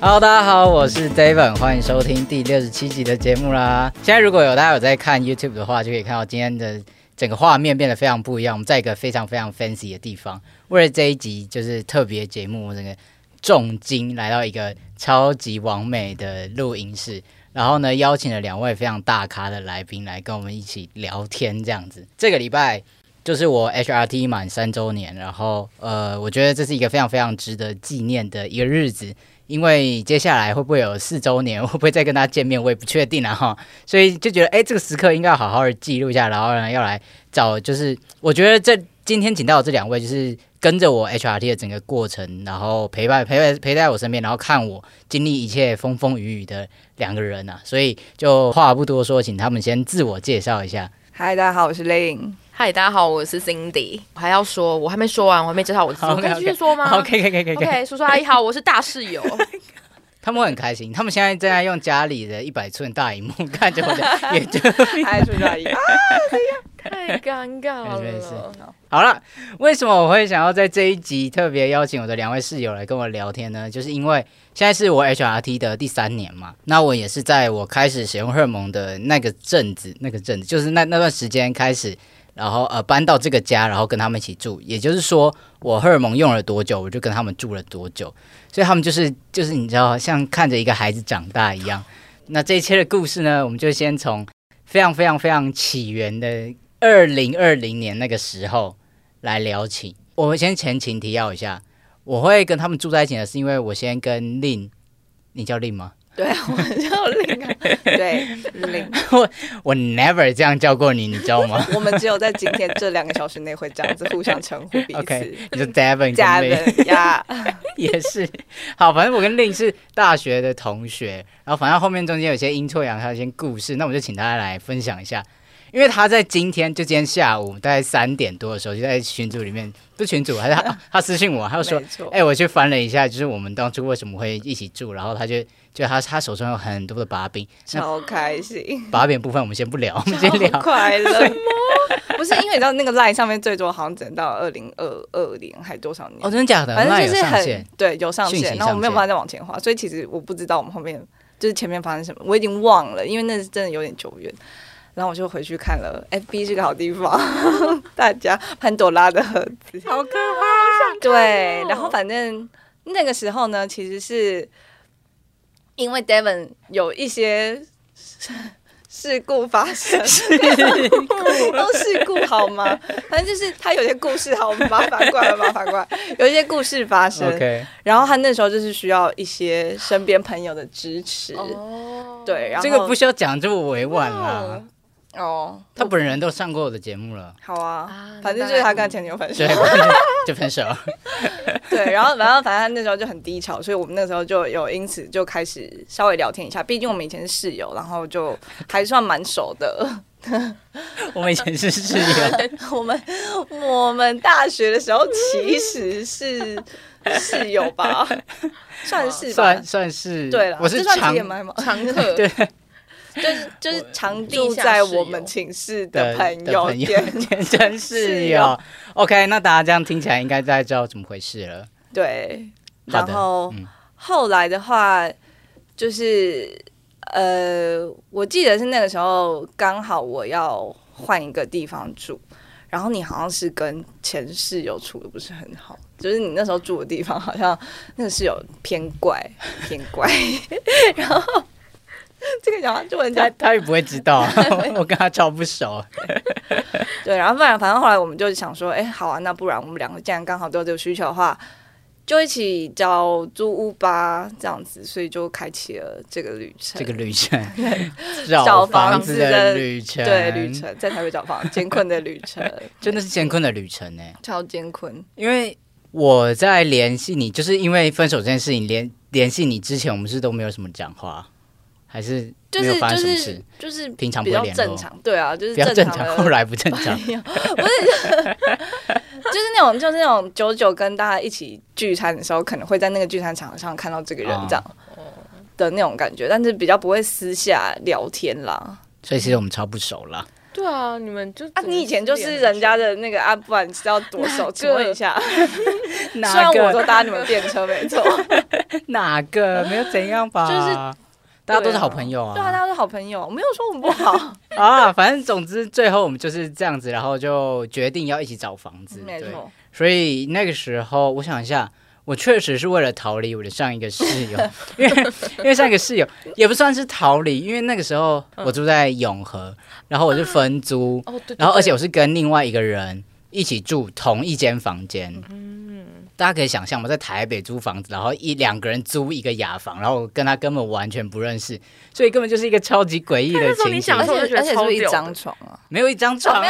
Hello，大家好，我是 David，欢迎收听第六十七集的节目啦。现在如果有大家有在看 YouTube 的话，就可以看到今天的整个画面变得非常不一样。我们在一个非常非常 fancy 的地方，为了这一集就是特别节目，我整个重金来到一个超级完美的录音室。然后呢，邀请了两位非常大咖的来宾来跟我们一起聊天，这样子。这个礼拜就是我 HRT 满三周年，然后呃，我觉得这是一个非常非常值得纪念的一个日子，因为接下来会不会有四周年，会不会再跟他见面，我也不确定啊哈，所以就觉得哎，这个时刻应该要好好的记录一下，然后呢，要来找就是我觉得这今天请到的这两位就是。跟着我 HRT 的整个过程，然后陪伴陪伴陪在我身边，然后看我经历一切风风雨雨的两个人啊，所以就话不多说，请他们先自我介绍一下。嗨，大家好，我是 Lin。嗨，大家好，我是 Cindy。我还要说，我还没说完，我还没介绍我自己，我可以继续说吗 OK，可以，可以，可以，可以。 OK，叔叔阿姨好，我是大室 友。他们会很开心，他们现在正在用家里的一百寸大荧幕看着我的，也就嗨，叔叔阿姨。啊太尴尬没事没了。好了。为什么我会想要在这一集特别邀请我的两位室友来跟我聊天呢？就是因为现在是我 HRT 的第三年嘛，那我也是在我开始使用荷尔蒙的那个阵子，那个阵子就是那那段时间开始，然后呃搬到这个家，然后跟他们一起住。也就是说，我荷尔蒙用了多久，我就跟他们住了多久。所以他们就是就是你知道，像看着一个孩子长大一样。那这一切的故事呢，我们就先从非常非常非常起源的二零二零年那个时候来聊起。我们先前情提要一下，我会跟他们住在一起呢，是因为我先跟令，你叫令吗？对啊，我叫林啊。 对，Lin，我 never 这样叫过你，你知道吗我们只有在今天这两个小时内会这样子互相称呼 彼 ？OK，此。你说 Devon 家跟 Lin 人呀， 也是，好，反正我跟令是大学的同学，然后反正后面中间有些阴错阳差的一些故事，那我就请他来分享一下，因为他在今天就今天下午大概三点多的时候就在群组里面，不是群组，还是他、 啊他私信我，他就说没，错哎、我去翻了一下，就是我们当初为什么会一起住，然后他就就他他手中有很多的把柄，那超开心，把柄部分我们先不聊，我们先好聊，快乐。 不是因为你知道那个 line 上面最多好像只能到二零二二年还多少 哦，年，真的假的？反那正有就是上很线，对有上讯息线，然后我没上有线办法再往前滑，所以其实我不知道我们后面就是前面发生什么，我已经忘了，因为那是真的有点久远。然后我就回去看了，FB 是个好地方， 大家潘朵拉的盒子，好可哦怕！对，然后反正那个时候呢，其实是因为 Devon 有一些事故发生，事故都事故好吗？反正就是他有些故事好，我们把它反过来，把它反过来，有一些故事发生。 OK，然后他那时候就是需要一些身边朋友的支持，哦，对，然后这个不需要讲这么委婉啦哦，哦，他本人都上过我的节目 了。好啊。啊反正就是他跟他前女友分手对，，反正就就分手。对，然后然后反正他那时候就很低潮，所以我们那时候就有因此就开始稍微聊天一下，毕竟我们以前是室友，然后就还算蛮熟的。 我们以前是室友，我们我们大学的时候其实是室友 吧，算是吧 算，算是对了，我是这算常 TMI 吗？常 客，对 就是就是常地住下在室我友们寝室的的朋的友朋友 间，前 真室室友友。 OK，那大家这样听起来应该大家知道怎么回事 了。对，好然的后、嗯后来的话，就是呃，我记得是那个时候刚好我要换一个地方住，然后你好像是跟前室友处的不是很好，就是你那时候住的地方好像那个室友偏怪偏怪， 然后这个讲话就人家他他也不会知 道，我跟他超不熟。对，然后不然反正后来我们就想说，哎，好啊，那不然我们两个既然刚好都有这个需求的话，就一起找租屋吧，这样子，所以就开启了这个旅程。这个旅 程，找房房子子的旅程，对旅，程，在台北找 房，艰困的旅程，真的是艰困的旅程呢。超艰困。因为我在联系你，就是因为分手这件事情联联系你之前，我们是都没有什么讲话，还是就没有是发就生什么是事？就是平常不比会较联络正常，对啊，就是比较正常常，的后来不正常。就是那种就是那种久久跟大家一起聚餐的时候，可能会在那个聚餐场上看到这个人哦这样的那种感觉，但是比较不会私下聊天啦。所以其实我们超不熟啦。对啊，你们就啊，你以前就是人家的那个啊，不然你是要多哪熟？个请问一下，虽哪然我都个搭你们电车，没 错，哪个没有怎样吧？就是大家都是好朋友啊。对啊，大家都是好朋友，我没有说我们不 好，啊，反正总之最后我们就是这样子，然后就决定要一起找房子。没对错，所以那个时候，我想一下，我确实是为了逃离我的上一个室 友，因为因为上一个室友也不算是逃离，因为那个时候我住在永和，然后我是分租，哦 对，对然后而且我对是跟另外一个人一起住同一间房间。大家可以想象嘛，在台北租房子，然后一两个人租一个雅房，然后我跟他根本完全不认识，所以根本就是一个超级诡异但的那时候情你景想。而且我就觉得而且是超不是一屌的张床啊， 没有一张床，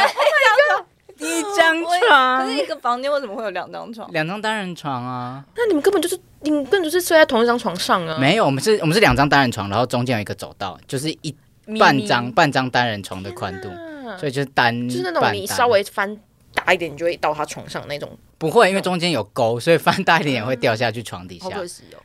一张可床是，一个房间为什么会有两张 床？两张单人床啊。那你们根本就是你们根本就是睡在同一张床上啊，没有，我们是我们是两张单人床，然后中间有一个走道，就是一咪咪半张半张单人床的宽度，啊所以就是单就是那种半你单稍微翻大一点，你就会到他床上那种，不会，因为中间有沟，所以翻大一点也会掉下去床底下。惜哦。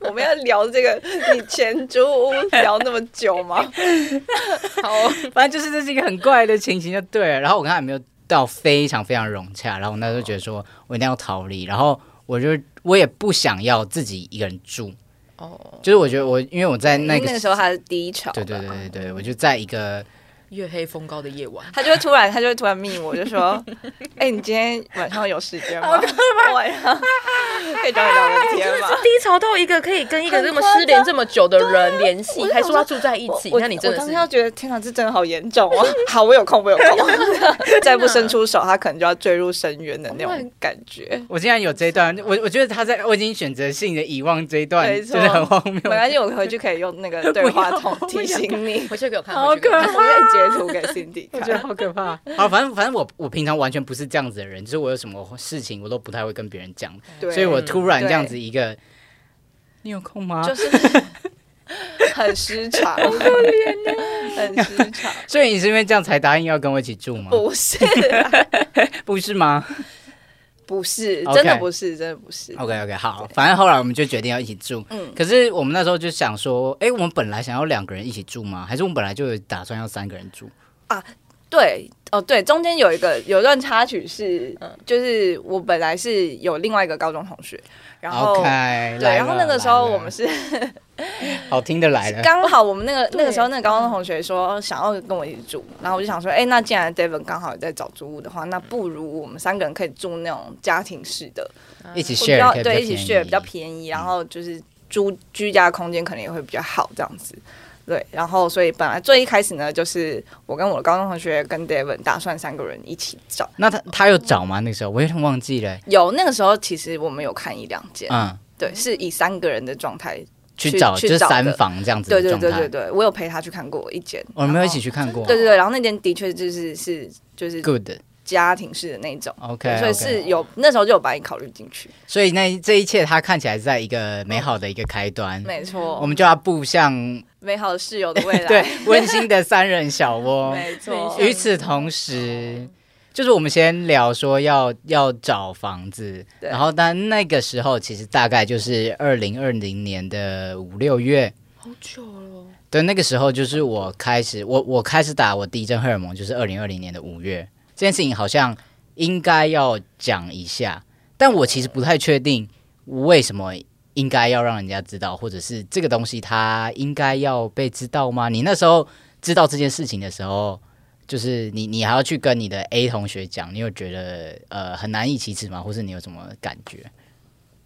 我们要聊这个，你前租屋聊那么久吗？ 好 哦，反正就是这是一个很怪的情形就对了。然后我跟他也没有到非常非常融洽，然后我那时候觉得说我一定要逃离，然后我就我也不想要自己一个人住，哦，就是我觉得我因为我哎在那因个为那个时候还是低潮，对对对，对对，我就在一个月黑风高的夜晚，他就会突然，他就会突然密我，就说：“哎、你今天晚上有时间吗？晚上可以找你聊个天啊 吗低潮到一个可以跟一个这么失联这么久的人联系，还说要住在一？”起，我那你真我的当是时要觉得，天哪，这真的好严重哦！好，我有空，我有空，再不伸出手，他可能就要坠入深渊的那种感觉。我竟然有这一段，我我觉得他在我已经选择性的遗忘这一段，没真错的很荒 谬没。关系，我回去可以用那个对话筒提醒你。 回去给我看，好回去给我看可我再截图给 Cindy 我觉得看。好可怕。 好，反正反正我我平常完全不是这样子的人，就是我有什么事情我都不太会跟别人讲，对，所以我突然对这样子一个，你有空嗯吗？就是 很失 常，啊很失常。所以你是因为这样才答应要跟我一起住吗？不 是，不是吗不是， OK 真的不是，真的不是。 ？OK OK，好，反正后来我们就决定要一起住。嗯可是我们那时候就想说，哎、我们本来想要两个人一起住吗？还是我们本来就有打算要三个人住？对，哦，对，中间有一个有一段插曲是，嗯就是我本来是有另外一个高中同学，然后 OK，对对，然后那个时候我们是好听的来了，刚好我们那个对那个时候那个高中同学说想要跟我一起住，然后我就想说，哎，那既然 David 刚好也在找租屋的话，那不如我们三个人可以住那种家庭式的，一起我比 share 较可以对比一较便起宜嗯 share 比较便宜，然后就是租居家空间可能也会比较好这样子。对，然后所以本来最一开始呢，就是我跟我的高中同学跟 David 打算三个人一起找。那他他有找吗？那个时候我有点忘记了欸、有那个时候，其实我们有看一两间，嗯，对，是以三个人的状态。去去找去就是找三的房这样子对的对状态。对对对，我有陪他去看过一间，我们没有一然后起。去看过。对对对，然后那间的确就是是就是，Good。家庭式的那一种 OK，所以是有那时候就有把你考虑进去，所以那这一切，它看起来是在一个美好的一个开端。没错，我们就要步向美好的室友的未 来，对，温馨的三人小窝。 没错，与此同时，就是我们先聊说要要找房子，对然后但那个时候其实大概就是二零二零年的五六月。好久了哦，对，那个时候就是我开始，我我开始打我第一针荷尔蒙，就是二零二零年的五月。这件事情好像应该要讲一下，但我其实不太确定为什么应该要让人家知道，或者是这个东西它应该要被知道吗？你那时候知道这件事情的时候，就是你你还要去跟你的 A 同学讲，你有觉得呃很难以启齿吗？或是你有什么感觉？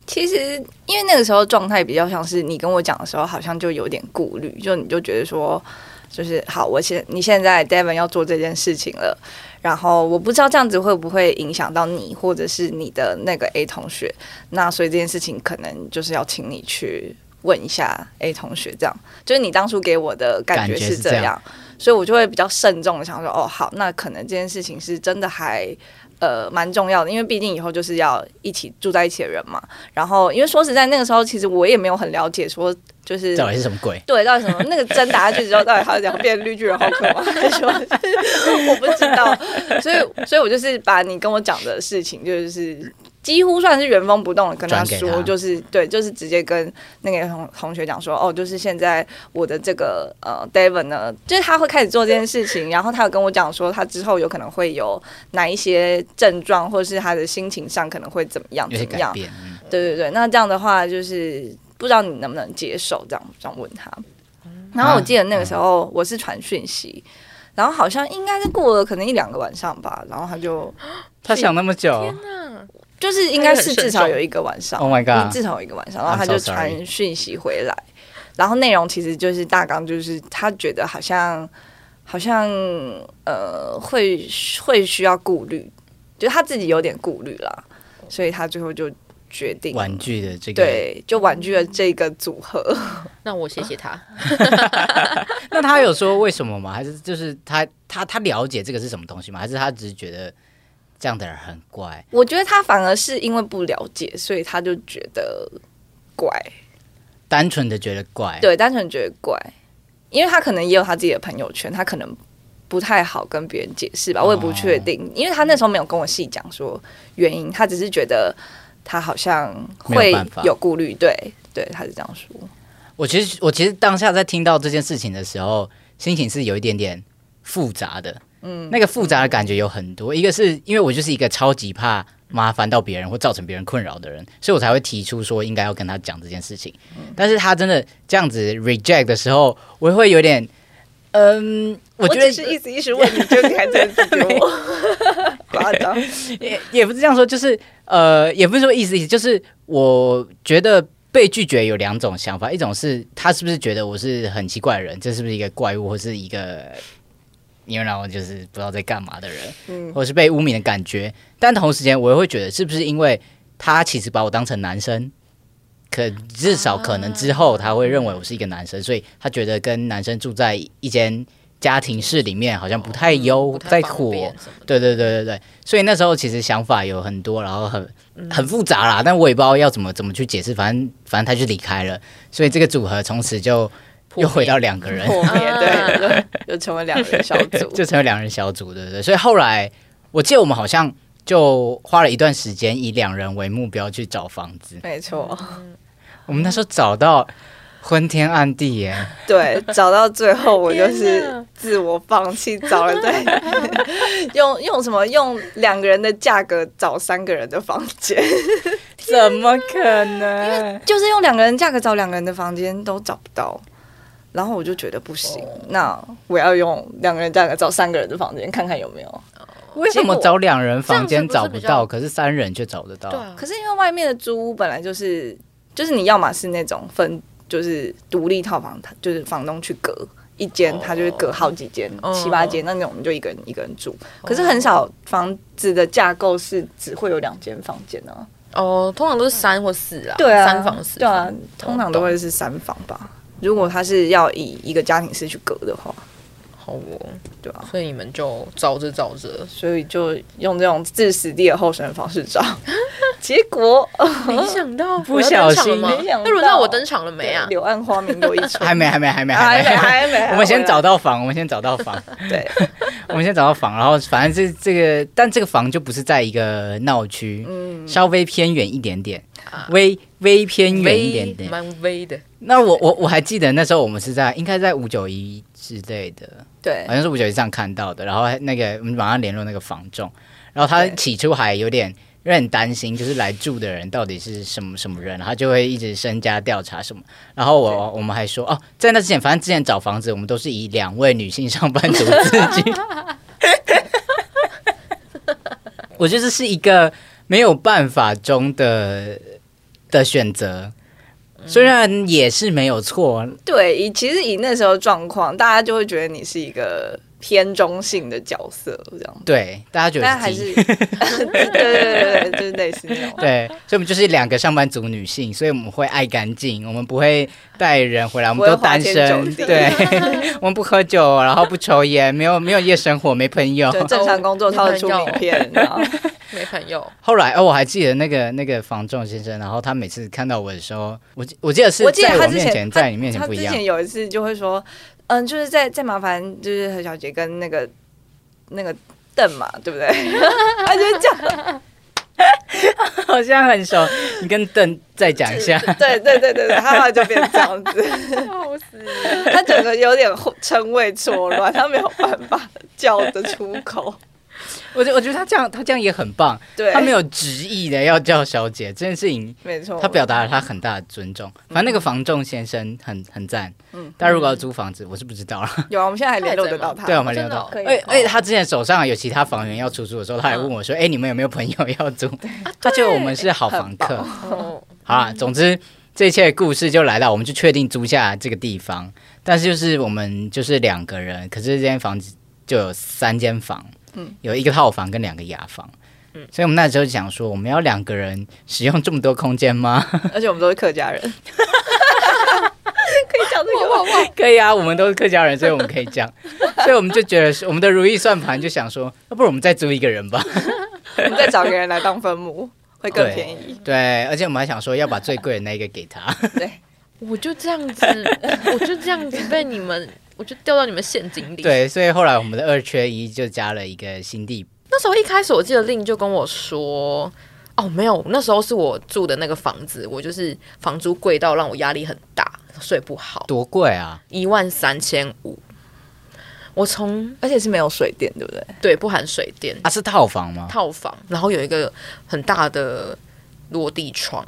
其实，因为那个时候状态比较像是你跟我讲的时候，好像就有点顾虑，就你就觉得说，就是好，我现你现在 Devon 要做这件事情了，然后我不知道这样子会不会影响到你，或者是你的那个 A 同学，那所以这件事情可能就是要请你去问一下 A 同学，这样就是你当初给我的感觉感觉是是这这样样，所以我就会比较慎重的想说，哦，好，那可能这件事情是真的还。呃，蛮重要的，因为毕竟以后就是要一起住在一起的人嘛。然后，因为说实在，那个时候其实我也没有很了解说就是到底是什么鬼？对，到底什么？那个针打下去之后，到底他讲变绿巨人浩克吗？还是什么？ 我不知道。所以，所以我就是把你跟我讲的事情，就是几乎算是原封不动的跟他转给说，他就是对，就是直接跟那个同同学讲说，哦，就是现在我的这个呃 David 呢，就是他会开始做这件事情，然后他有跟我讲说，他之后有可能会有哪一些症状，或者是他的心情上可能会怎么样有怎些么改样。变，嗯对对对，那这样的话就是不知道你能不能接受这样这样问他。然后我记得那个时候我是传讯息，然后好像应该是过了可能一两个晚上吧，然后他就他想那么久嗯，就是应该是至少有一个晚上，Oh my 嗯 god！至少有一个晚上，然后他 I'm so 就 sorry 传讯息回来，然后内容其实就是大纲，就是他觉得好像好像呃会会需要顾虑，就他自己有点顾虑啦，所以他最后就决定玩具的这个，对，就婉拒了这个组合。 那我谢谢他。 那他有说为什么吗？还是就是他他他了解这个是什么东西吗？还是他只是觉得这样的人很怪？我觉得他反而是因为不了解，所以他就觉得怪，单纯的觉得怪？对，单纯觉得怪，因为他可能也有他自己的朋友圈，他可能不太好跟别人解释吧，我也不确定，哦因为他那时候没有跟我细讲说原因，他只是觉得他好像没有会办法有顾虑，对，对，他是这样说，我其实我其实当下在听到这件事情的时候，心情是有一点点复杂的。嗯，那个复杂的感觉有很多，一个是因为我就是一个超级怕麻烦到别人或造成别人困扰的人，所以我才会提出说应该要跟他讲这件事情。嗯但是他真的这样子 reject 的时候，我会有点，嗯，我觉得只是一时一时问你，就你还真的是给我 夸张，也也不是这样说，就是呃，也不是说意思意思，就是我觉得被拒绝有两种想法，一种是他是不是觉得我是很奇怪的人，这是不是一个怪物，或是一个你让我就是不知道在干嘛的人，嗯或是被污名的感觉。但同时间，我也会觉得是不是因为他其实把我当成男生。可至少可能之后他会认为我是一个男生，所以他觉得跟男生住在一间家庭室里面好像不太优、嗯不不太太方火，便什么的对对对对对，所以那时候其实想法有很多，然后很很复杂啦，但我也不知道要怎么怎么去解释，反正反正他就离开了，所以这个组合从此就又回到两个人，破灭，啊对，就就成为两人小组 ，就成为两人小组，对不对？所以后来我记得我们好像就花了一段时间以两人为目标去找房子，没错。我们那时候找到昏天暗地耶，对，找到最后我就天哪是自我放弃，找了在 用用什么用两个人的价格找三个人的房间， 怎么可能？就是用两个人价格找两个人的房间都找不到。然后我就觉得不行，那我要用两个人价格找三个人的房间，看看有没有。为什么找两人房间这样找子不不是比较到，可是三人却找得到？对啊，可是因为外面的租屋本来就是，就是你要么是那种分，就是独立套房，它就是房东去隔一间哦，他就会隔好几间、嗯七八间，那种你就一个人一个人住。可是很少房子的架构是只会有两间房间啊。哦，通常都是三或四啊，对啊，三房四对房啊，通常都会是三房吧。如果他是要以一个家庭式去隔的话，好哦，对啊，，所以你们就找着找着所以就用这种置死地而后生的方式 找，结果没想到不小心没想到那轮到我登场了没啊？柳暗花明又一 村，还没，还没，还没，还还没，没。还 没，我们先找到到房，我们先找到房。 对。我们先找到房，然后反正这这个，但这个房就不是在一个闹区，嗯稍微偏远一点点啊，微微偏远一点微点。蛮微的，那我我我还记得那时候我们是在应该在五九一之类的，对好，像是五九一上看到的，然后那个我们马上联络那个房仲，然后他对起初还有点。让人担心，就是来住的人到底是什么什么人，然后他就会一直身家调查什么。然后我我们还说哦，在那之前，反正之前找房子，我们都是以两位女性上班族自居。 我觉得这是一个没有办法中的的选择，嗯虽然也是没有错，对，以其实以那时候状况，大家就会觉得你是一个偏中性的角色这样，对，大家觉但得还鸡是 对对对对对，就是类似那种。 对，所以我们就是两个上班族女性，所以我们会爱干净，我们不会带人回来，我们都不会花单天身，酒地对， 我们不喝酒，然后不抽烟，没有没有夜生活，没朋友。对，正常工作他会出名片，然后没朋友，后来哦，我还记得那个那个房仲先生，然后他每次看到我的时候，我记我记得 是我记得在他我之面前，前，在你面前他不一之样前。有一次就会说，嗯，就是在在麻烦，就是何小姐跟那个那个邓嘛，对不 对？他就讲，好像很熟，你跟邓再讲一下。 对对对对对，他后来就变这样子，笑死！他整个有点称谓错乱，他没有办法叫得出口。我觉得我觉得他这样他这样也很棒，对，他没有执意的要叫小姐这件事情。没错，他表达了他很大的尊重，反正那个房仲先生很很赞，嗯但如果要租房子，我是不的到了。有啊，我们现在还联络得到他。对，我们聊真的到哦。可以而哦而且他之前手上有其他房源要出租的时候，他还问我说：“哎，你们有没有朋友要租？” 他觉得我们是好房很客。哦，好啦，总之这一切的故事就来到，我们就确定租下这个地方，但是就是我们就是两个人，可是这间房子就有三间房，嗯有一个套房跟两个雅房。嗯所以我们那时候就想说，我们要两个人使用这么多空间吗？而且我们都是客家人， 可以讲这个吗？可以啊，我们都是客家人，所以我们可以这样。 所以我们就觉得是我们的如意算盘，就想说，要不然我们再租一个人吧。我们再找个人来当分母会更对便嗯宜。对，而且我们还想说要把最贵的那一个给 他。我就这样子，我就这样子被你们，我就掉到你们陷阱里。，对，所以后来我们的二缺一就加了一个新地。那时候一开始我记得令就跟我说。哦，没有，那时候是我住的那个房子，我就是房租贵到让我压力很大，睡不好，多贵啊！一万三千五。我从而且是没有水电，对不对？对不含水电啊，是套房吗？套房，然后有一个很大的落地窗，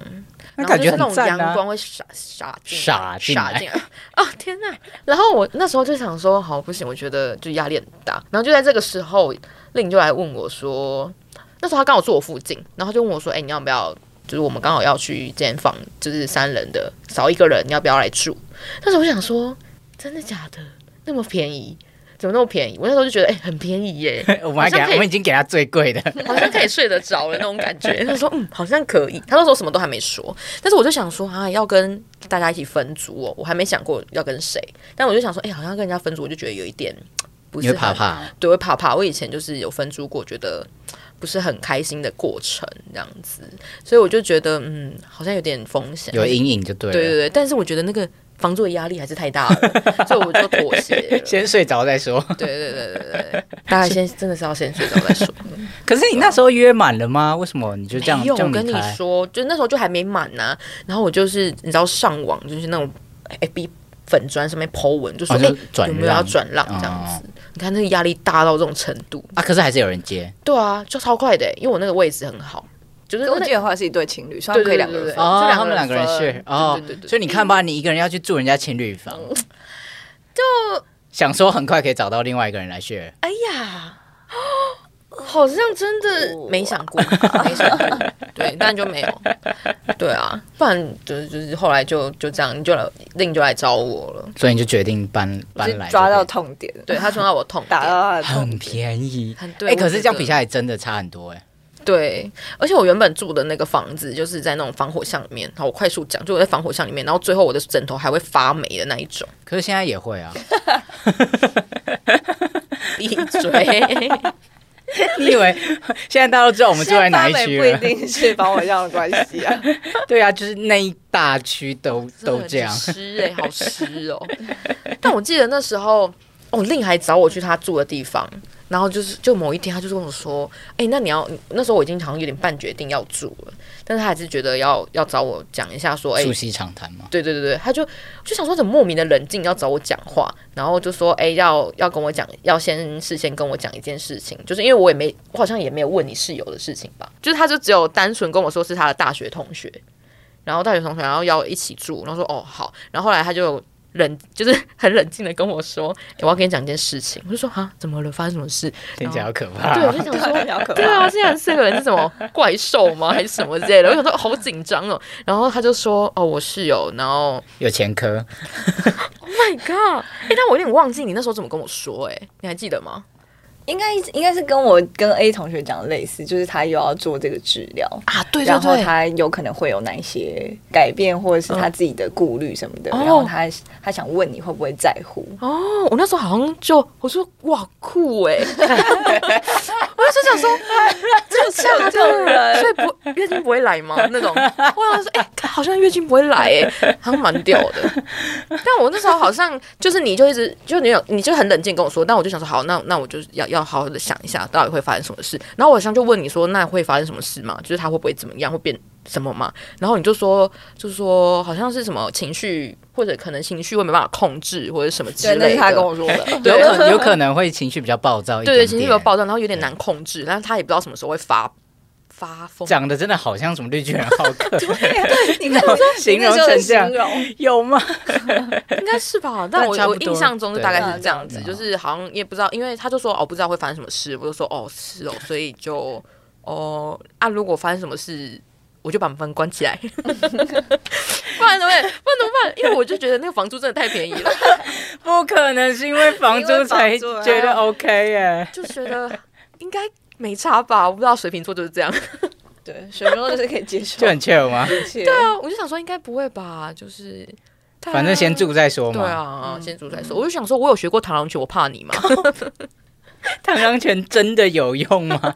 那然后感就是觉那很种赞阳啊！光会洒洒进洒来进洒来进来。 哦天哪！然后我那时候就想说，好不行，我觉得就压力很大。然后就在这个时候，令就来问我说，那时候他刚好住我附近，然后他就问我说，哎、你要不要？就是我们刚好要去一间房，就是三人的，少一个人，你要不要来住？但是我想说，真的假的？那么便宜？怎么那么便宜？我那时候就觉得，哎、很便宜耶、我们还给好像他，可以我们已经给他最贵的。好像可以睡得着了那种 感觉。他说嗯，好像可以。他那时候什么都还没说，但是我就想说啊，要跟大家一起分租哦，我还没想过要跟谁，但我就想说，哎、好像跟人家分租，我就觉得有一点不你是会很怕怕吗？对，会怕怕。我以前就是有分租过，觉得不是很开心的过程这样子，所以我就觉得嗯，好像有点风险，有阴影就对了。啊对对对，但是我觉得那个。房租的压力还是太大了，所以我就妥协 了。先睡着再说。对对对对对对，大家先真的是要先睡着再说。 可是你那时候约满了吗？为什么你就这样没有，这我样跟离你开？说，就那时候就还没满呢、然后我就是你知道上网就是那种 FB 粉砖上面 po 文，就说哦哎、就诶转有没有要让哦转让这样子。你看那个压力大到这种程度，啊，可是还是有人接。对啊，就超快的、因为我那个位置很好，就是可我那记得话是一对情侣，所以对他们可对以两个对对人对，哦分。就，他们两个人分 share 哦对对对所对以你看吧，你一个人要去住人家情侣房，就想说很快可以找到另外一个人来 share。哎呀。好像真的哦没想过，没想过，对，但就没有，对啊，不然就是就是后来就就这样，你就来令就来找我了，所以你就决定搬搬来就抓到这痛点，对他撞到我痛打点到他的边痛很便宜，很对哎、可是这样比较。下来真的差很多哎、对，而且我原本住的那个房子就是在那种防火巷里面，然后我快速讲，就我在防火巷里面，然后最后我的枕头还会发霉的那一种，可是现在也会啊， 闭嘴！你以为现在大家都知道我们住在哪一区现在了发？霉不一定是防火巷的关 系啊，对啊，就是那一大区都 都这样。真的很湿哎、好湿哦。 但我记得那时候，哦，令还找我去他住的地方，然后就是就某一天，他就是跟我说，哎、那你要那时候我已经好像有点半决定要住了，但是他还是觉得要要找我讲一下说，哎、促膝长谈嘛，对对对对，他就就想说怎么莫名的冷静要找我讲话，然后就说哎、要要跟我讲，要先事先跟我讲一件事情，就是因为我也没我好像也没有问你室友的事情吧，就是他就只有单纯跟我说是他的大学同学，然后大学同学然后要一起住，然后说哦好，然后后来他就冷，就是 很冷静的跟我说、欸我要跟你讲一件事情。”我就说：“啊，怎么了？发生什么事听起来好可？”怕。对，我就想说，比较可对啊，现在这个人是什么怪兽吗？还是什么之类的？我想说好紧张哦。然后他就说：“哦，我室友。”然后有前科， ，Oh my god！哎、但我有点忘记你那时候怎么跟我说、哎，你还记得吗？应该应该是跟我跟 A 同学讲类似，就是他又要做这个治疗，啊，对然后他有可能会有哪一些改变，或者是他自己的顾虑什么的，哦然后他他想问你会不会在乎，哦，我那时候好像就我说哇酷哎、 我就 想说就是有这种人所以不月经不会来吗？ 那种，我想说哎、好像月经不会来哎、好像蛮屌的。但我那时候好像就是你就一直就你有你就很冷静跟我说，但我就想说好，那那我就是要要好好的想一下到底会发生什么事。然后我好像就问你说，那会发生什么事吗？就是他会不会怎么样，会变什么嘛？然后你就说就说好像是什么情绪。或者可能情绪会没办法控制，或者什么之对，类的。那是他跟我说的。 对有可有可能会情绪比较暴躁一点对点。对，情绪有暴躁，然后有点难控制，但是他也不知道什么时候会发发疯。讲的真的好像什么绿巨人浩克， 对，你看我说形容成这样形容有吗？ 应该是 吧？但我差不我多印象中就大概对是这样子，对就是好像也不知道，因为他就说哦，不知道会发生什么事，我就说哦是哦，所以就哦啊，如果发生什么事。我就把门关起来， 不然怎么办？不然怎么办？因为我就觉得那个房租真的太便宜了，不可能是因为房因租为房才租啊觉得 OK 耶。就觉得应该没差吧？我不知道水瓶座就是 这样。对，水瓶座就是可以接受就很 chill 吗？一切，对啊，我就想说应该不会吧，就是反正先住再说对嘛。嗯啊，先住再说。我就想说，我有学过螳螂拳，我怕你吗？ 螳螂拳真的有用吗？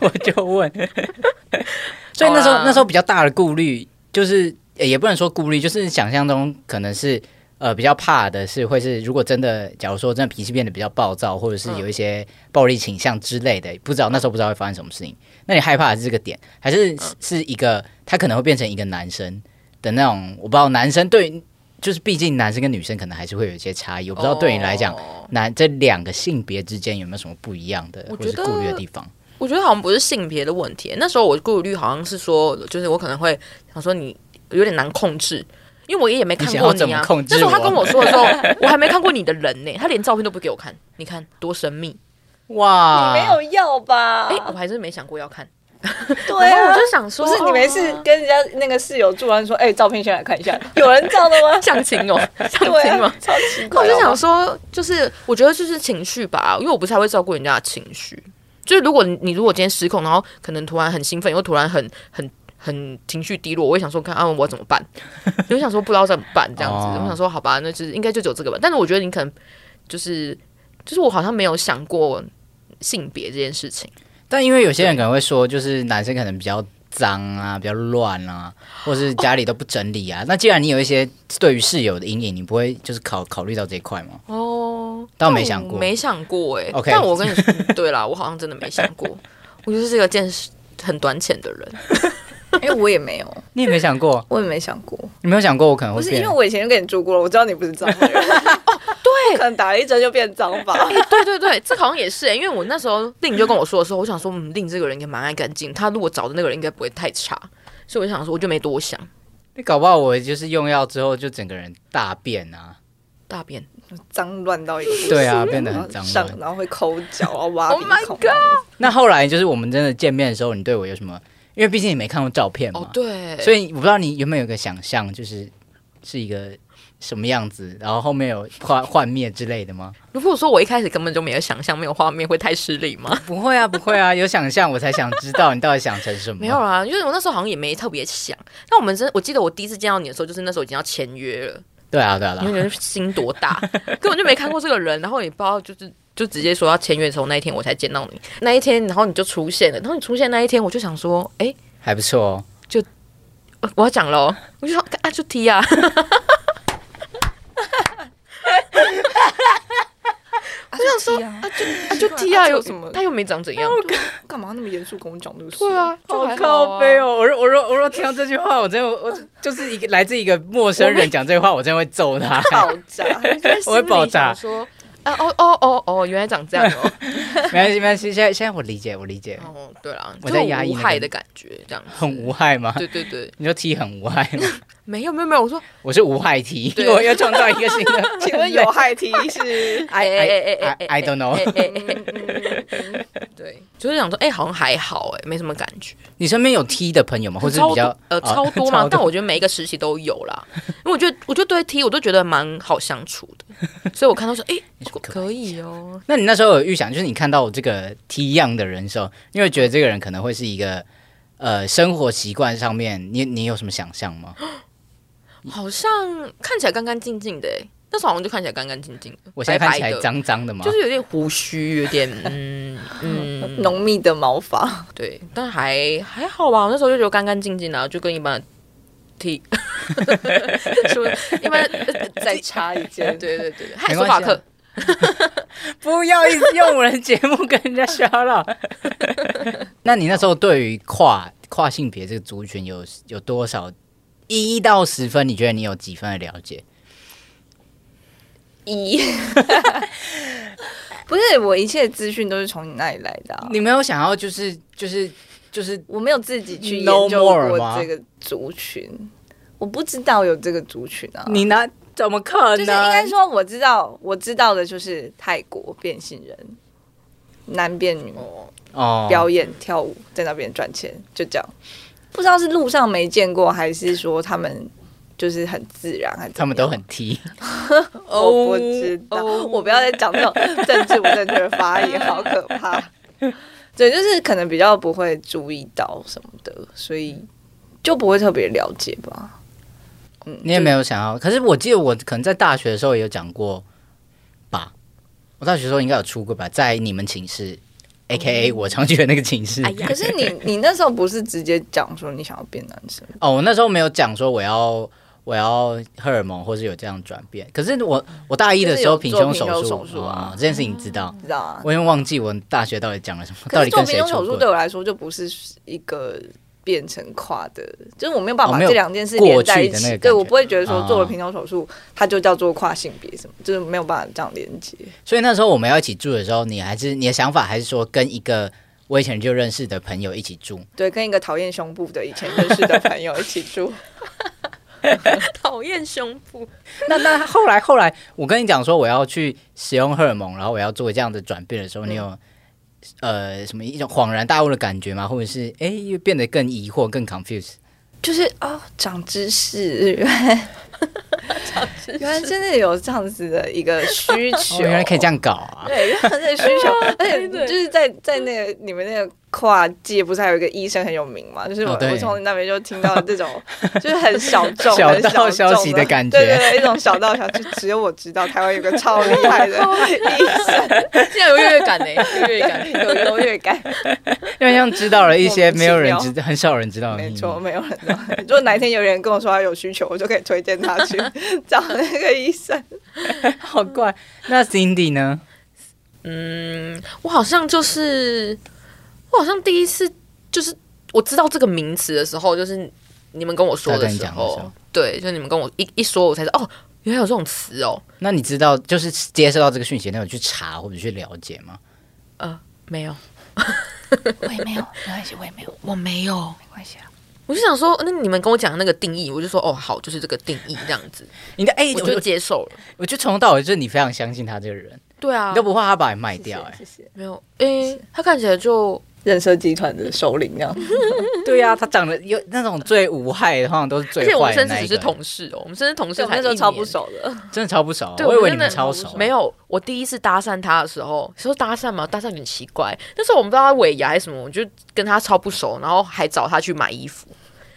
我就问。所以那时候好啦啊那时候比较大的顾虑就是，呃也不能说顾虑，就是想象中可能是呃比较怕的是会是，如果真的假如说真的脾气变得比较暴躁，或者是嗯有一些暴力倾向之类的，不知道那时候不知道会发生什么事情。那你害怕的是这个点，还嗯是是一个他可能会变成一个男生的那种？我不知道男生对于。就是，毕竟男生跟女生可能还是会有一些差异。我不知道对你来讲，哦那这两个性别之间有没有什么不一样的，我或者觉是得顾虑的地方？我觉得好像不是性别的问题。那时候我顾虑好像是说，就是我可能会想说你有点难控制，因为我也没看你想要过怎你么啊。控制那时候他我 跟我说的时候，我还没看过你的人呢、他连照片都不给我看，你看多神秘。哇，你没有要吧哎、？我还真没想过要看。对然后啊，我就想说，？不是你没事跟人家那个室友住完说，哎，照片先来看一下，有人照的吗相亲哦，相对亲啊吗？，超奇怪。我就好不好想说，就是我觉得就是情绪吧，因为我不太会照顾人家的情绪。就是如果你你如果今天失控，然后可能突然很兴奋，又突然很很很情绪低落，我会想说，看啊我怎么 办？就想说不知道怎么办这样子。哦我想说好吧，那就是应该就只有这个吧。但是我觉得你可能就是就是我好像没有想过性别这件事情。但因为有些人可能会说，就是男生可能比较脏啊，比较乱啊，或是家里都不整理啊。那既然你有一些对于室友的阴影，你不会就是考考虑到这一块吗？哦，倒但没我想过没想过哎、 OK 但我跟你说，对啦，我好像真的没想过， 我就是一个见识很短浅的人。哎，我也没有，你也没想过，我也没想过，你没有想过我可能不会是因变为。我以前就跟你住过了，我知道你不是脏 的人， 对可，能打了一针就变脏 吧。对对对，这好像也是、欸，因为我那时候令就跟我说的时候，我想说，嗯，令这个人应该蛮爱干净，他如果找的那个人应该不会太差，所以我就想说，我就没多想。你搞不好我就是用药之后就整个人大变啊，大便脏乱到一个不行对啊，变得然很后脏上乱。然后会抠脚，然后挖 Oh 鼻 my 孔。啊那后来就是我们真的见面的时候，你对我有什么？因为毕竟你没看过照片嘛，哦，对，所以以我不知道你有没有一个想象，就是是一个什么样子，然后后面有幻幻灭之类的吗？如果说我一开始根本就没有想象，没有画面，会太失礼 吗？不会啊，不会啊，有想象我才想知道你到底想成什么。没有啦，因为我那时候好像也没特别想。那我们真，我记得我第一次见到你的时候，就是那时候已经要签约了，对啊，对啊，因对为啊。你们心多大，根本就没看过这个人，然后也不知道就是。就直接说要签约的时候，那一天我才见到你。那一天，然后你就出现了。然后你出现那一天，我就想说，哎、还不错哦。呃我要讲喽，我就说啊，就踢啊，我想说啊啊，就啊就踢啊，啊有有什么他又没长怎样，啊干嘛那么严肃跟我讲这个事？对，啊，就还好啊靠背，哦！我若我若我若听到这句话，我真的我就是一个来自一个陌生人讲这话，我真的会揍 他。 爆炸。我会爆炸心里想说啊，哦哦哦哦，原来长这样 哦，没关系，没关系，现在现在我理解，我理解，哦，对啦，我就在是压抑无那个害的感觉，这样子很无害吗？对对对，你说 T 很无害吗？没有没有没有，我说我是无害题，对我又创造一个新 的。请问有害题是？哎哎哎哎哎 I- I don't know 哎哎哎嗯嗯嗯嗯对，就是想说，哎，好像还好，哎，没什么感觉。你身边有 T 的朋友吗？或者是超比较多呃哦超多 嘛，超但我觉得每一个时期都有啦，因为我觉得我觉得对 T 我都觉得蛮好相处的，所以我看到说， 哎、可以哦，那你那时候有预想，就是你看到我这个 T 样的人的时候，你会觉得这个人可能会是一个呃生活习惯上面，你你有什么想象吗？好像看起来干干净净的、哎，那时候好像就看起来干干净净的，我现在看起来白白的，脏脏的吗？就是有点胡须，有点嗯嗯，浓密的毛发，对，但还还好吧，我那时候就觉得干干净净的啊，就跟一般的 T，说一般呃的再插一对件。对对对，还没有关索系啊法克，不要一直用我的节目跟人家骚扰。 那你那时候对于跨跨性别这个族群有有多少一到十分？你觉得你有几分的了解？一， 不是我一切资讯都是从你那里来的、啊，你没有想要就是就是就是我没有自己去 No 研究 more 过吗这个族群，我不知道有这个族群啊。你拿怎么可能？就是应该说，我知道我知道的就是泰国变性人，男变女，哦表演、跳舞，在那边赚钱，就这样。不知道是路上没见过，还是说他们就是很自然，还是怎么样他们都很 T。我不知道，哦我不要再讲这种政治不正确的发言，好可 怕。对，就是可能比较不会注意到什么的，所以就不会特别了解吧。你也没有想要，可是我记得我可能在大学的时候也有讲过吧，我大学的时候应该有出过吧，在你们寝室，A K 哦 A 我常去的那个寝室。哎呀可是你你那时候不是直接讲说你想要变男生，哦，我那时候没有讲说我要我要荷尔蒙，或是有这样转变。可是我我大一的时候就是平有做胸手平术胸手术啊哦这件事情你知道，知道啊？我已经忘记我大学到底讲了什么，可到是底做跟平谁胸出手术轨对。我来说就不是一个变成跨的，就是我没有办哦法没有这两件事连在一过去的那个起。感觉对我不会觉得啊说做了哦平胸手术，它就叫做跨性别什么，就是没有办法这样连接。所以那时候我们要一起住的时候，你还是你的想法还是说跟一个我以前就认识的朋友一起住，对，跟一个讨厌胸部的以前认识的朋友一起住，讨厌胸部， 那那后来后来，我跟你讲说我要去使用荷尔蒙，然后我要做这样的转变的时候，你嗯有、呃什么一种恍然大悟的感觉吗？或者是哎又变得更疑惑、更 confused？ 就是哦，长知 识，原来原来真的有这样子的一个需求，哦，原来可以这。样搞 啊！对，原来这个需求，而且对对就是在在那个你们那个跨界，不是还有一个医生很有名嘛？就是我、哦对我从那边就听到这种，就是很小众、小很道小消众息的的感觉对对对，一种小道消息，只有我知道台湾有个超厉害的医现在有优越感 呢、有优越感。生，有优越感。因为像知道了一些莫名其没有人妙知、很少人知道的秘没密。错，没有人知道。如果哪一天有人跟我说他有需求，我就可以推荐他去找那个医生。 好怪。那 Cindy 呢？嗯，我好像就是，我好像第一次就是我知道这个名词的时候，就是你们跟我说他跟的你时讲的时候候，对，就你们跟我一一说，我才知道哦，原来有这种词哦。那你知道就是接收到这个讯息，那有去查或者去了解吗？呃，没有，我也没有，没关系，我也没有，我没有。没关系啊。我就想说，那你们跟我讲的那个定义，我就说哦，好，就是这个定义这样子，你的哎、我我就就接受了。我就从头到尾就是你非常相信他这个人，对啊你都，不怕他把你卖掉哎、谢 谢。没有，诶、他看起来就人社集团的首领这样，对呀、他长得有那种最无害的，通常都是而最且我们坏的甚至那一只个是人。同事哦，我们甚至同事我才那时候一超年不熟的，真的超不熟，对我以我为你真们的超熟，没有，我第一次搭讪他的时候，说搭讪嘛，搭讪有点奇怪。那时候我们不知道他尾牙还是什么，我就跟他超不熟，然后还找他去买衣服。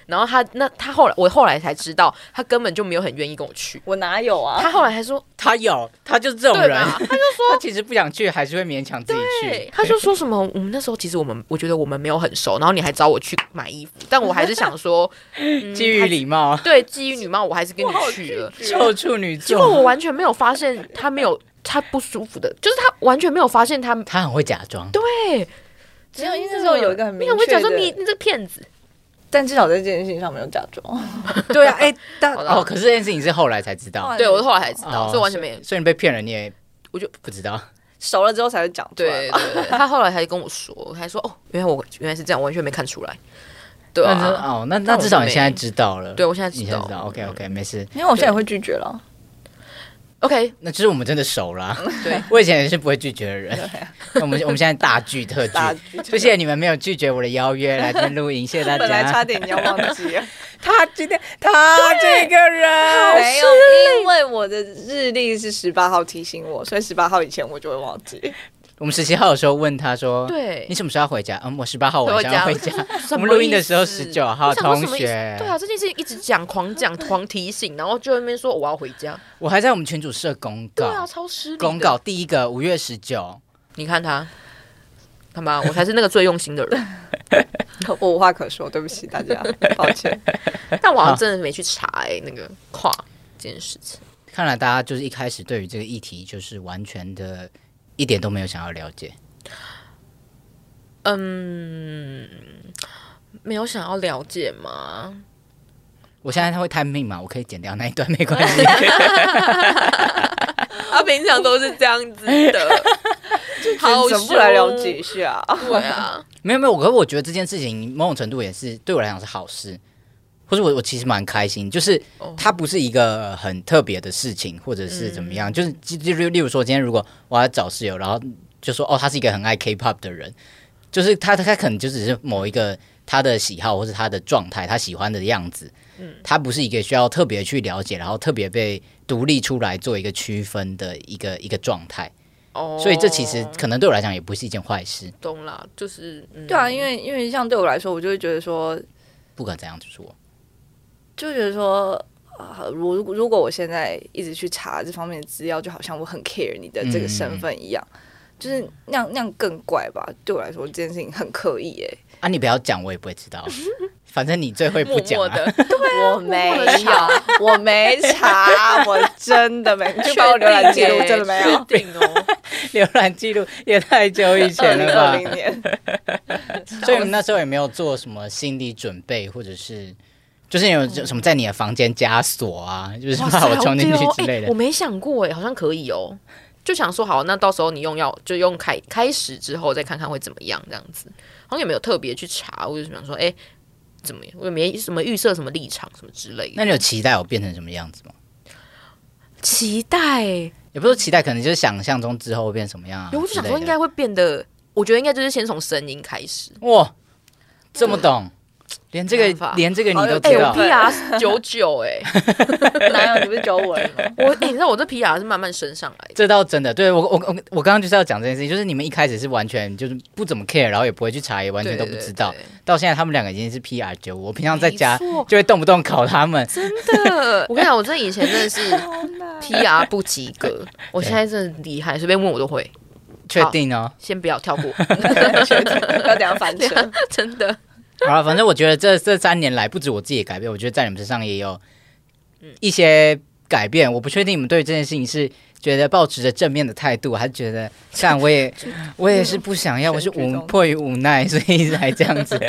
然后他那他后来我后来才知道，他根本就没有很愿意跟我去。我哪有啊？他后来还说，他有，他就是这种对人，吧？他其实不想去，还是会勉强自己对去，。他就说什么，我们那时候其实我们我觉得我们没有很熟，然后你还找我去买衣服，但我还是想说，嗯基于还礼貌，对基于礼貌，我还是跟你去了。臭处女结果座，我完全没有发现他没有他不舒服的，就是他完全没有发现他他很会假装。对，没有因为真的那时候有一个很明没有，我确讲说的嗯你你这骗子，但至少在这件事情上没有假装。对啊，哎，但好啦哦，可是这件事情是后来才知道后，来对我后来才知道，哦所以我完全没有。所以你被骗了，你也我就不知道。熟了之后才会讲出来对嘛。对对，他后来还跟我说，他还说哦，原来我原来是这样，我完全没看出来。对那真的啊，哦，那那但我至少就你没现在知道了。对我现在你现知在道嗯知道。OK OK，没事。因为我现在也会拒绝了。 OK，那其实我们真的熟了。对，啊我以前也是不会拒绝的人。那我们我们现在大拒特拒。大拒就谢谢你们没有拒绝我的邀约来这边录音，谢谢大家。本来差点你要忘记了， 他今天他这个人，没有，因为我的日历是十八号提醒我，所以十八号以前我就会忘记。我们十七号的时候问他说，对你什么时候要回家？嗯，我十八号晚回上要家回家。 什我么们录音的意思时候19号我想说什同么意思学对啊，这件事情一直讲，狂讲，狂提醒，然后就在那边说我要回家。我还在我们群主设公对啊，告，超失礼的。公告第一个五月十九，你看他，看吧，我才是那个最用心 的人。我无话可说，对不起大家，抱歉。但我好像真的没去查哎、那个跨这件事情。看来大家就是一开始对于这个议题就是完全的，一点都没有想要了解。嗯，没有想要了解吗？我现在他会探命嘛，我可以剪掉那一段，没关系。他平常都是这样 子的，好怎么不来了解一下？对 啊，没有没有，我可我觉得这件事情某种程度也是对我来讲是好事，或者我我其实蛮开心，就是哦它不是一个很特别的事情，或者是怎么样，就是就就例例如说，今天如果我要找室友，然后就说哦，他是一个很爱 K-pop 的人，就是他他他可能就只是某一个他的喜好或是他的状态，他喜欢的样子，他不是一个需要特别去了解，然后特别被独立出来做一个区分的一个一个状态，哦所以这其实可能对我来讲也不是一件坏事，懂啦，就是、嗯、对啊，因为因为像对我来说，我就会觉得说，不管怎样就是我。就觉得说，啊，如如果我现在一直去查这方面的资料，就好像我很 care 你的这个身份一样，就是那样那样更怪吧？对我来说，这件事情很刻意哎、啊，你不要讲，我也不会 知道。反正你最会不默讲、默啊，的，我没有，我没查，我真的没，你就把我浏览记录真的没 有。确定哦。 浏览记录也太久以二前零了二 吧？零年，所以你们那时候也没有做什么心理准备，或者是就是你有什么在你的房间加锁啊，就是哇怕塞我冲进去好之屌类欸的我。没想过哎、好像可以哦、就想说好，那到时候你用药就用开开始之后再看看会怎么样，这样子好像也没有特别去查，我就是想说哎、欸怎么样，我也没什么预设什么立场什么之类的。那你有期待我变成什么样子吗？期待，也不是说期待，可能就是想象中之后会变什么样啊啊之类有的。我就想说应该会变得，我觉得应该就是先从声音开始。哇，这么懂，连这没办个法连这个你都哎、知我道对。 PR 九九哎，哪有？你不是九五人 吗？我、欸你知道我这 PR 是慢慢升上来的，这倒真的，对我我我我刚刚就是要讲这件事情，就是你们一开始是完全就是不怎么 care，然后也不会去查，也完全都不知道对。对对到现在他们两个已经是 PR 九五，我平常在家没错就会动不动考他们。真的，我跟你讲，我真的以前真的是 PR 不及格，我现在真的厉害，随便问我都会。确定哦，先不要跳过，要等下翻车。 真的。 好了，反正我觉得这这三年来，不止我自己的改变，我觉得在你们身上也有一些改变。我不确定你们对这件事情是觉得抱持着正面的态度，还是觉得像我也我也是不想要，我是全剧无终迫于无奈，所以才这样子。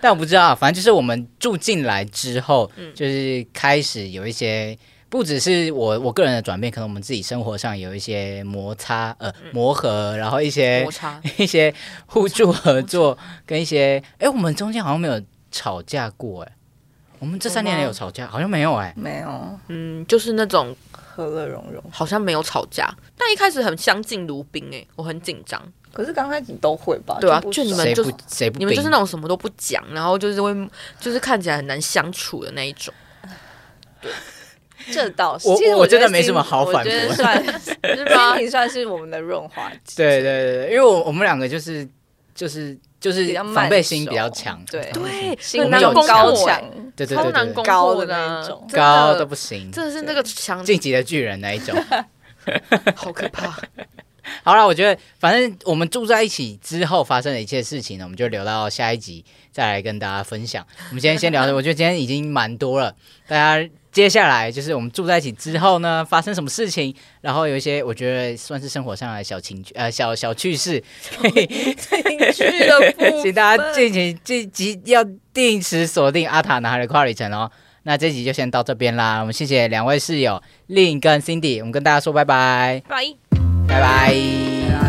但我不知道，啊反正就是我们住进来之后，就是开始有一些。不只是我我个人的转变，可能我们自己生活上有一些摩擦，呃，磨合，然后一些摩擦， 一些互助合作跟一些，哎、我们中间好像没有吵架过、哎，我们这三年有来吗有吵架，好像没有、哎，没有，嗯，就是那种和乐融融。好像没有吵架，但一开始很相敬如宾哎、我很紧张。可是刚开始都会吧？对啊不就你熟们谁就是不谁不你们就是冰那种什么都不讲，然后就是会就是看起来很难相处的那一种，这倒是，我其实我觉真的得没什心么好反我觉得驳算是吧心？理算是我们的润滑剂，对对对，对因为我我们两个就是就是就是比较慢防备心比较熟强，对对，心我们理有高高我强，对对欸超对难对攻对，高破的那一种真的高都不行，真的是那个墙晋级的巨人那一种。好可怕。好了，我觉得反正我们住在一起之后发生的一切事情呢，我们就留到下一集再来跟大家分享。我们今天先 聊的，我觉得今天已经蛮多了，大家。接下来就是我们住在一起之后呢，发生什么事情，然后有一些我觉得算是生活上的小情趣呃小小趣事，可以俱 乐部请大家进行呃这集要定时锁定阿塔男孩的跨旅程哦。那这集就先到这边啦，我们谢谢两位室友令跟 Cindy，我们跟大家说拜拜，拜。拜拜。